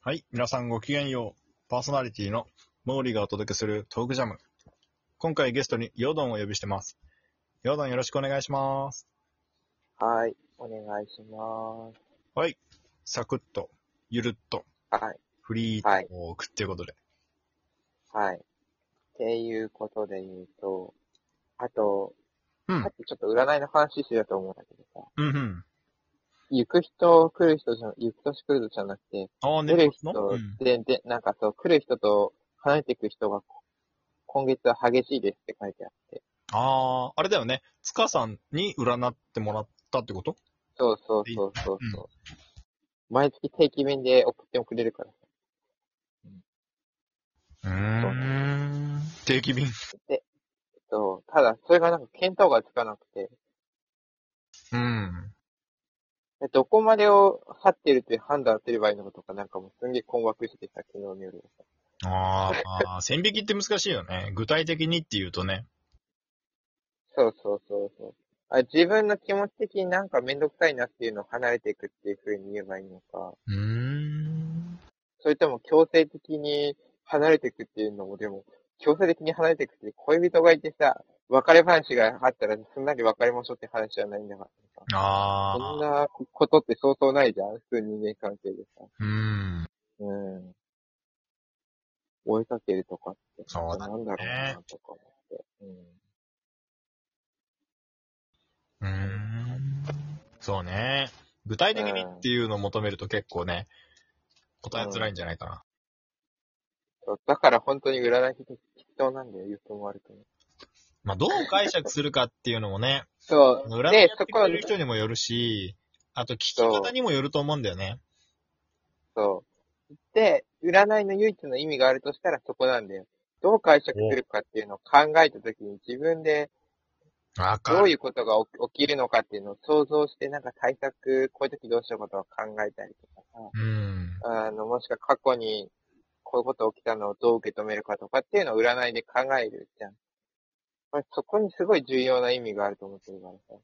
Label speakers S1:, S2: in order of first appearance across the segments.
S1: はい、皆さんごきげんよう。パーソナリティのモーリーがお届けするトークジャム。今回ゲストにヨードンをお呼びしてます。ヨードンよろしくお願いします。
S2: はい。お願いしま
S1: はい。サクッと、ゆるっと、
S2: す。はい。
S1: フリートークっていうことで。
S2: はい。っていうことで言うと、あと、
S1: うん
S2: さっきちょっと占いの話してたと思うんだけどさ、
S1: うんうん。
S2: 行く人、来る人じゃ、行く年来る人じゃなくて、
S1: ああ、
S2: 出る
S1: ね、
S2: 人
S1: の、うん、
S2: で、で、なんかそう、来る人と離れていく人が、今月は激しいですって書いてあって。
S1: ああ、あれだよね。つかさんに占ってもらったってこと
S2: そうそうそうそうそう。毎月定期便で送ってもくれるから
S1: う
S2: さ。
S1: ーん。定期便。
S2: そう。ただ、それがなんか見当がつかなくて、
S1: うん。
S2: でどこまでを去ってるって判断すればいいのかとか、なんかもうすんげえ困惑してた、昨日の夜。
S1: ああ、線引きって難しいよね。具体的にって言うとね。
S2: そうそうそうそうあ。自分の気持ち的になんかめんどくさいなっていうのを離れていくっていう風に言えばいいのか、
S1: うーん。
S2: それとも強制的に離れていくっていうのも、でも、強制的に離れていくって恋人がいてさ、別れ話があったらすんなり別れましょうって話じゃないんだからさ。
S1: ああ。
S2: そんなことってそうそうないじゃん、普通人間関係でさ。
S1: うん。
S2: うん。追いかけるとかって。
S1: そうだね
S2: なんだろうな、とか思って。う
S1: うーん。そうね。具体的にっていうのを求めると結構ね、答えづらいんじゃないかな。
S2: ん。だから本当に占い人適当なんだよ、言っても悪くね。
S1: まあ、どう解釈するかっていうのもね、
S2: そ
S1: 占
S2: う。
S1: いや
S2: で
S1: っ、
S2: そ
S1: てく
S2: こ
S1: れ、る人にもよるし、あと聞き
S2: そう
S1: 方にもよると思うんだよね。
S2: そう。で、占いの唯一の意味があるとしたらそこなんだよ。どう解釈するかっていうのを考えたときに自分で
S1: わかる。
S2: どういうことが起き起きるのかっていうのを想像してなんか対策、こういう時どうしようかとか考えたりとかさ、
S1: うん。
S2: あの、もしくは過去にこういうこと起きたのをどう受け止めるかとかっていうのを占いで考えるじゃん。これそこにすごい重要な意味があると思ってるからさ。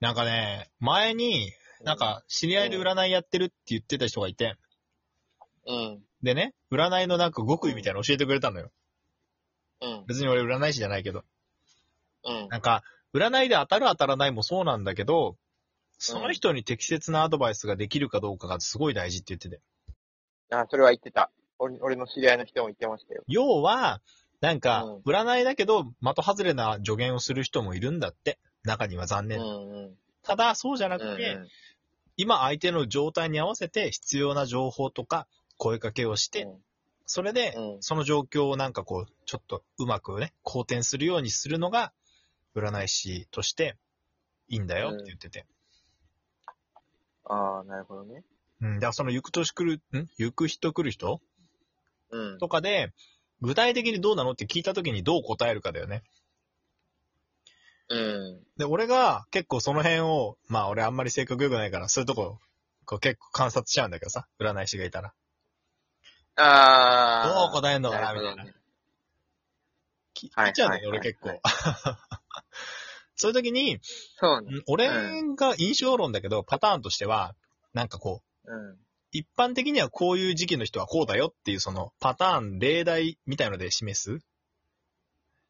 S1: なんかね、前に、なんか、知り合いで占いやってるって言ってた人がいて、
S2: うん、
S1: でね、占いのなんか極意みたいなの教えてくれたのよ。
S2: うん、
S1: 別に俺占い師じゃないけど。
S2: うん、
S1: なんか、占いで当たる当たらないもそうなんだけど、その人に適切なアドバイスができるかどうかがすごい大事って言ってて。
S2: あ、それは言ってた。俺俺の知り合いの人も言ってましたよ。
S1: 要は、なんか
S2: うん、
S1: 占いだけど、的外れな助言をする人もいるんだって。中には残
S2: うん
S1: 念。
S2: うん。
S1: ただ、そうじゃな
S2: うん
S1: くて、今相手の状態に合わせて必要な情報とか、声かけをして、それで
S2: う、ん、うん
S1: その状況をなんかこう、ちょっとうまくね、好転するようにするのが、占い師としていいんだよって言ってて。
S2: ああ、なるほどね。
S1: うん、だからその行く年来る、ん行く人来る人
S2: うん。
S1: とかで、具体的にどうなのって聞いた時にどう答えるかだよね。
S2: うん。
S1: で、俺が結構その辺を、まあ俺あんまり性格良くないから、そういうとこ、こう結構観察しちゃうんだけどさ、占い師がいたら。
S2: ああ。
S1: どう答えんのかな
S2: るほど
S1: みたい
S2: ね
S1: き
S2: はい
S1: 聞いちゃうんだよ、
S2: はい
S1: 俺結
S2: は
S1: 構
S2: い。
S1: そういう時に、
S2: そうね。
S1: ん俺が印象論だけど、パターンとしては、なんかこう、
S2: うん。
S1: 一般的にはこういう時期の人はこうだよっていうそのパターン、例題みたいので示す。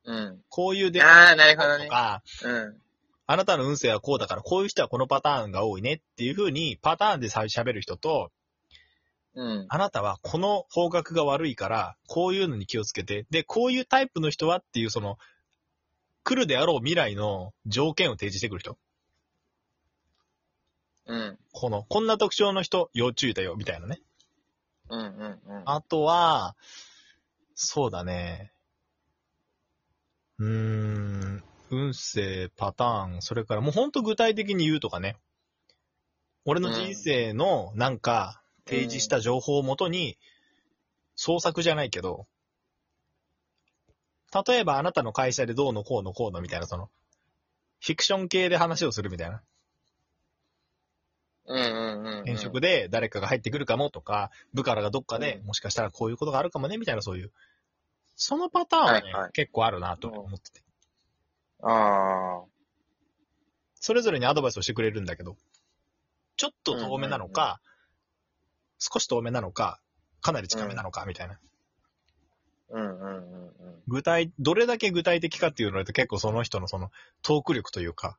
S2: う。
S1: こういうん出会い
S2: ああ、なるほ
S1: と
S2: どね。
S1: か、
S2: うん。
S1: あなたの運勢はこうだから、こういう人はこのパターンが多いねっていう風に、パターンで最初喋る人と、
S2: うん。
S1: あなたはこの方角が悪いから、こういうのに気をつけて、で、こういうタイプの人はっていう、その、来るであろう未来の条件を提示してくる人。
S2: うん。
S1: この、こんな特徴の人、要注意だよ、みたいなね。
S2: うん。うん。うん。
S1: あとは、そうだね。うーん、運勢、パターン、それからもうほんと具体的に言うとかね。俺の人生のなんか提示した情報をもとに、創作じゃないけど、例えばあなたの会社でどうのこうのこうのみたいな、その、フィクション系で話をするみたいな。
S2: うん。うん。うん。
S1: 転職で誰かが入ってくるかもとか、部下がどっかで
S2: うん
S1: もしかしたらこういうことがあるかもね、みたいなそういう。そのパターンはね、
S2: はいはい
S1: 結構あるなと思ってて。
S2: ああ。
S1: それぞれにアドバイスをしてくれるんだけど、ちょっと遠めなのか、少し遠めなのか、かなり近めなのか、みたいな。
S2: うんうんうんうん。
S1: 具体、どれだけ具体的かっていうのだと結構その人のそのトーク力というか、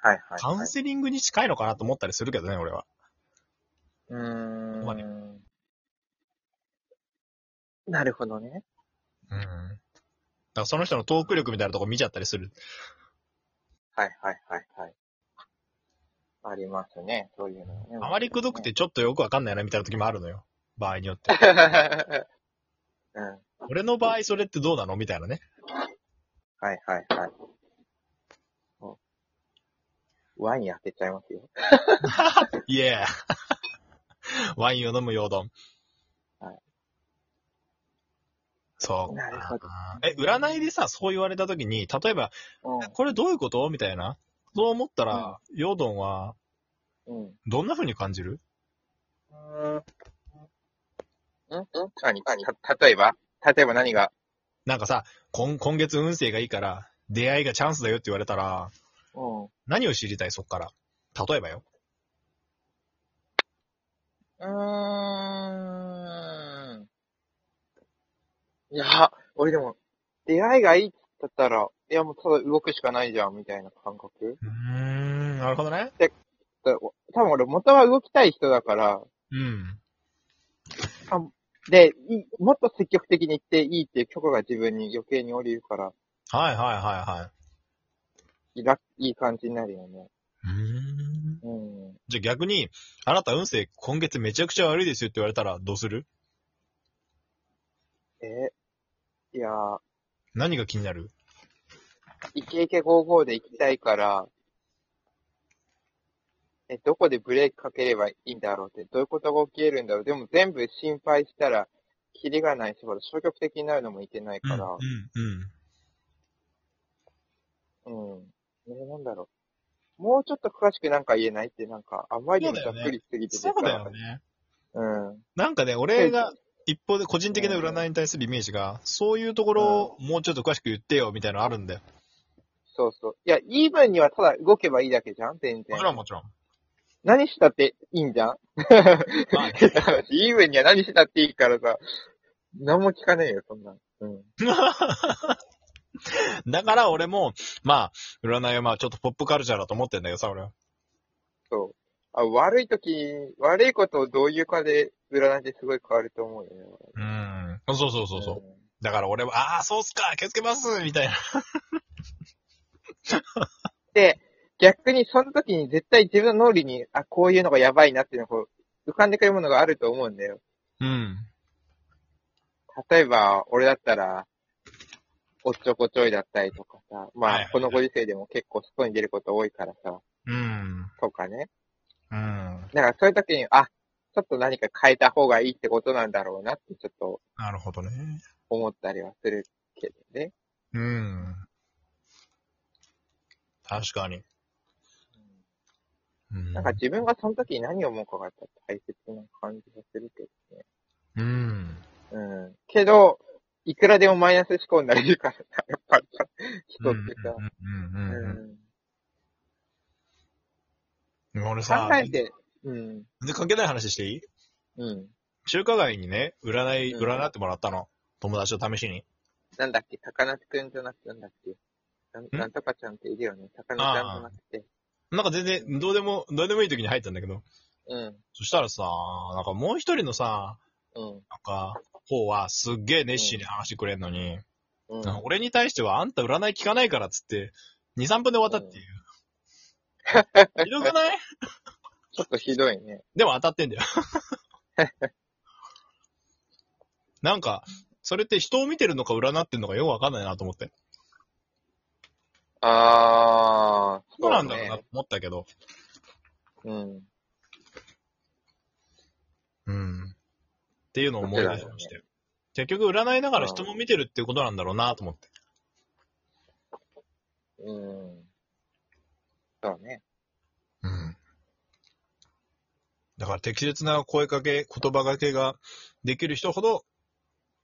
S2: はいはい、
S1: カウ
S2: は
S1: ン
S2: い。
S1: セリングに近いのかなと思ったりするけどね、俺は。
S2: うー
S1: ここまで
S2: ん。なるほどね。
S1: うん。だからその人のトーク力みたいなとこ見ちゃったりする。
S2: はいはいはいはい。ありますね、そういうのはね。
S1: あまりくどくてちょっとよくわかんないなみたいな時もあるのよ。場合に よって。
S2: うん。は
S1: 俺の場合それってどうなのみたいなね。
S2: いはいはい。おワイン当てちゃいますよ。
S1: イエー ワインを飲むようどん。
S2: はい
S1: そう
S2: なるほど
S1: か。え、占いでさ、そう言われた時に、例えば、これどういうことみたいな。そう思ったら、ヨードンは、
S2: うん。うん。
S1: どんな風に感じる
S2: うんうん何何た例えば例えば何が
S1: なんかさ、今、今月運勢がいいから、出会いがチャンスだよって言われたら、
S2: うん。
S1: 何を知りたいそっから。例えばよ。
S2: うーん。いや、俺でも、出会いがいいって言ったら、いやもうただ動くしかないじゃん、みたいな感覚。
S1: うーん、なるほどね。
S2: だ多分俺元は動きたい人だから、
S1: うん。
S2: で、いもっと積極的に言っていいっていう許可が自分に余計に降りるから、
S1: はいはいはいはい
S2: らいい感じになるよね。
S1: い。うーん。
S2: うん。
S1: じゃあ逆に、あなた運勢今月めちゃくちゃ悪いですよって言われたらどうする
S2: えいやー、
S1: 何が気になる
S2: イケイケ55で行きたいから、え、どこでブレーキかければいいんだろうって、どういうことが起きえるんだろう。でも全部心配したら、キリがないし、ほら、消極的になるのもいけないから、
S1: うん、うん。
S2: うん。えーなんだろう。もうちょっと詳しくなんか言えないって、なんか、あんまりにも
S1: そう
S2: ざ
S1: だ
S2: っ
S1: よね
S2: くりしすぎてて
S1: そうだよね。
S2: うん。
S1: なんかね、俺が一方で個人的な占いに対するイメージが、そういうところをもうちょっと詳しく言ってよみたいなのあるんだよ。
S2: そうそう。いや、イーブンにはただ動けばいいだけじゃん全
S1: も
S2: 然
S1: ち。ろんもちろん。
S2: 何したっていいんじゃん
S1: まあね、
S2: イーブンには何したっていいからさ、何も聞かねえよ、そんなん。うん。
S1: だから俺も、まあ、占いはまあちょっとポップカルチャーだと思ってんだけどさ、俺は。
S2: そう。あ、悪い時、悪いことをどういうかで占いですごい変わると思うよね。
S1: うん。そうそうそうそう。だから俺は、ああ、そうっすか、気をつけますみたいな。
S2: で、逆にその時に絶対自分の脳裏に、あ、こういうのがやばいなっていうのがこう浮かんでくるものがあると思うんだよ。
S1: うん。
S2: 例えば、俺だったら、おっちょこちょいだったりとかさ、
S1: はい
S2: ま
S1: はい
S2: あ、このご時世でも結構外に出ること多いからさ、
S1: うん。
S2: とかね。
S1: うん。
S2: だからそういう時に、あ、ちょっと何か変えた方がいいってことなんだろうなってちょっと
S1: なるほどね。
S2: 思ったりはするけどね。
S1: うん。確かに。うん。
S2: なんか自分がその時に何を思うかが大切な感じがするけどね。
S1: うん。
S2: うん。けど、いくらでもマイナス思考になれるからさ、やっぱりさ、人ってさ。
S1: うん
S2: う
S1: うんうんう
S2: ん。
S1: ん。俺さ、
S2: 考えて、うん。
S1: で関係ない話していい
S2: うん。
S1: 中華街にね、占い、
S2: うん
S1: 占ってもらったの。友達を試しに。
S2: なんだっけ、高夏くんじゃなくて、なんだっけ。なんなんとかちゃんっているよね。高夏ちゃんじゃなくて。
S1: なんか全然、どうでも、どうでもいい時に入ったんだけど。
S2: うん。
S1: そしたらさ、なんかもう一人のさ、
S2: うん。
S1: なんか、方はすっげえ熱心に話してくれんのに、
S2: うん。
S1: なんか俺に対してはあんた占い聞かないからっつって、2、3分で終わったっていう。 ひどくない
S2: ちょっとひどいね。
S1: でも当たってん だよ。なんか、それって人を見てるのか占ってんのかよくわかんないなと思って。
S2: あー、
S1: どうなんだろうな
S2: ね
S1: と。思ったけど。
S2: うん。
S1: うん。っていうのを思い出しましたよ。結局占いながら人も見てるっていうことなんだろうなと思って。
S2: うん。そうね。
S1: うん。だから適切な声かけ、言葉がけができる人ほど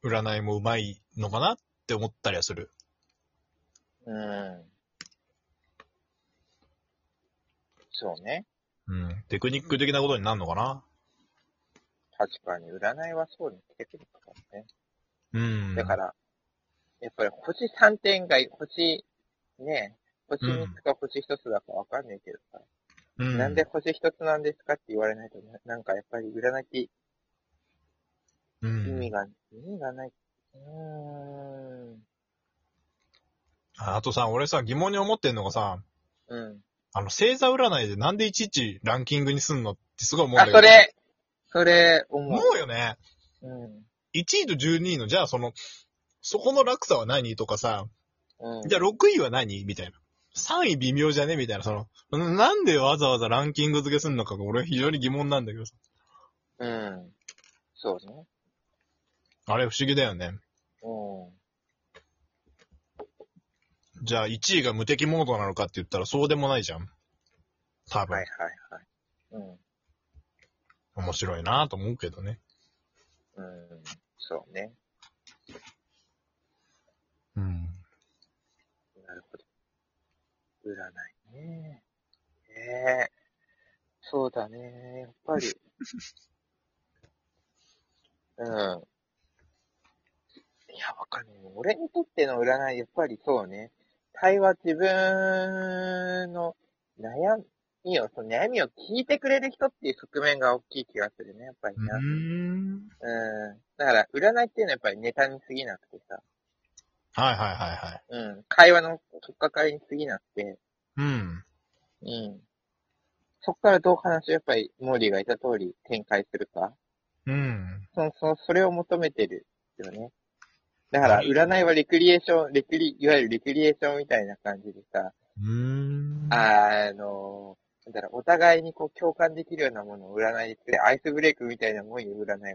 S1: 占いもうまいのかなって思ったりはする。
S2: うん。そうね。
S1: うん。テクニック的なことになるのかな
S2: 確かに、占いはそうに来てくるからね。
S1: うん。
S2: だから、やっぱり星3点が、星、ね、星3つか星1つだかわかんないけどさ、
S1: うん、
S2: なんで星1つなんですかって言われないとな、なんかやっぱり占いって
S1: うん、
S2: 意味が、意味がない。うーん。
S1: ああとさ、俺さ、疑問に思ってんのがさ、
S2: うん。
S1: あの、星座占いでなんでいちいちランキングにすんのってすごい思うんだ
S2: あ、
S1: けど。
S2: それ、それ、思
S1: 思
S2: う。
S1: うよね。
S2: うん。
S1: 1位と12位の、じゃあその、そこの落差は何とかさ、
S2: うん。
S1: じゃあ6位は何みたいな。3位微妙じゃねみたいな、その、なんでわざわざランキング付けすんのかが俺非常に疑問なんだけどさ。
S2: うん。そうね。
S1: あれ不思議だよね。
S2: うん。
S1: じゃあ1位が無敵モードなのかって言ったらそうでもないじゃん。多分。
S2: はいはいはい。うん。
S1: 面白いなと思うけどね。
S2: うん。そうね。
S1: うん。
S2: なるほど。占いね。ええそうだね。やっぱ り。うん。いや、わかんない。俺にとっての占い、やっぱりそうね。対話自分の悩みを、その悩みを聞いてくれる人っていう側面が大きい気がするね、やっぱり
S1: う
S2: な。
S1: ーん。
S2: うん。だから、占いっていうのはやっぱりネタに過ぎなくてさ、
S1: はいはいはいはい。
S2: うん。会話の取っかかりに過ぎなくて、
S1: うん。
S2: うん。そこからどう話をやっぱり、モーリーが言った通り展開するか。
S1: うん。
S2: その、その、それを求めてるよね。だから、占いはレクリエーション、レクリ、いわゆるレクリエーションみたいな感じでさ、
S1: うーん。
S2: 嗯哎あの、なんだろう、お互いにこう共感できるようなものを占いで作って、アイスブレイクみたいなもんよ、占いは。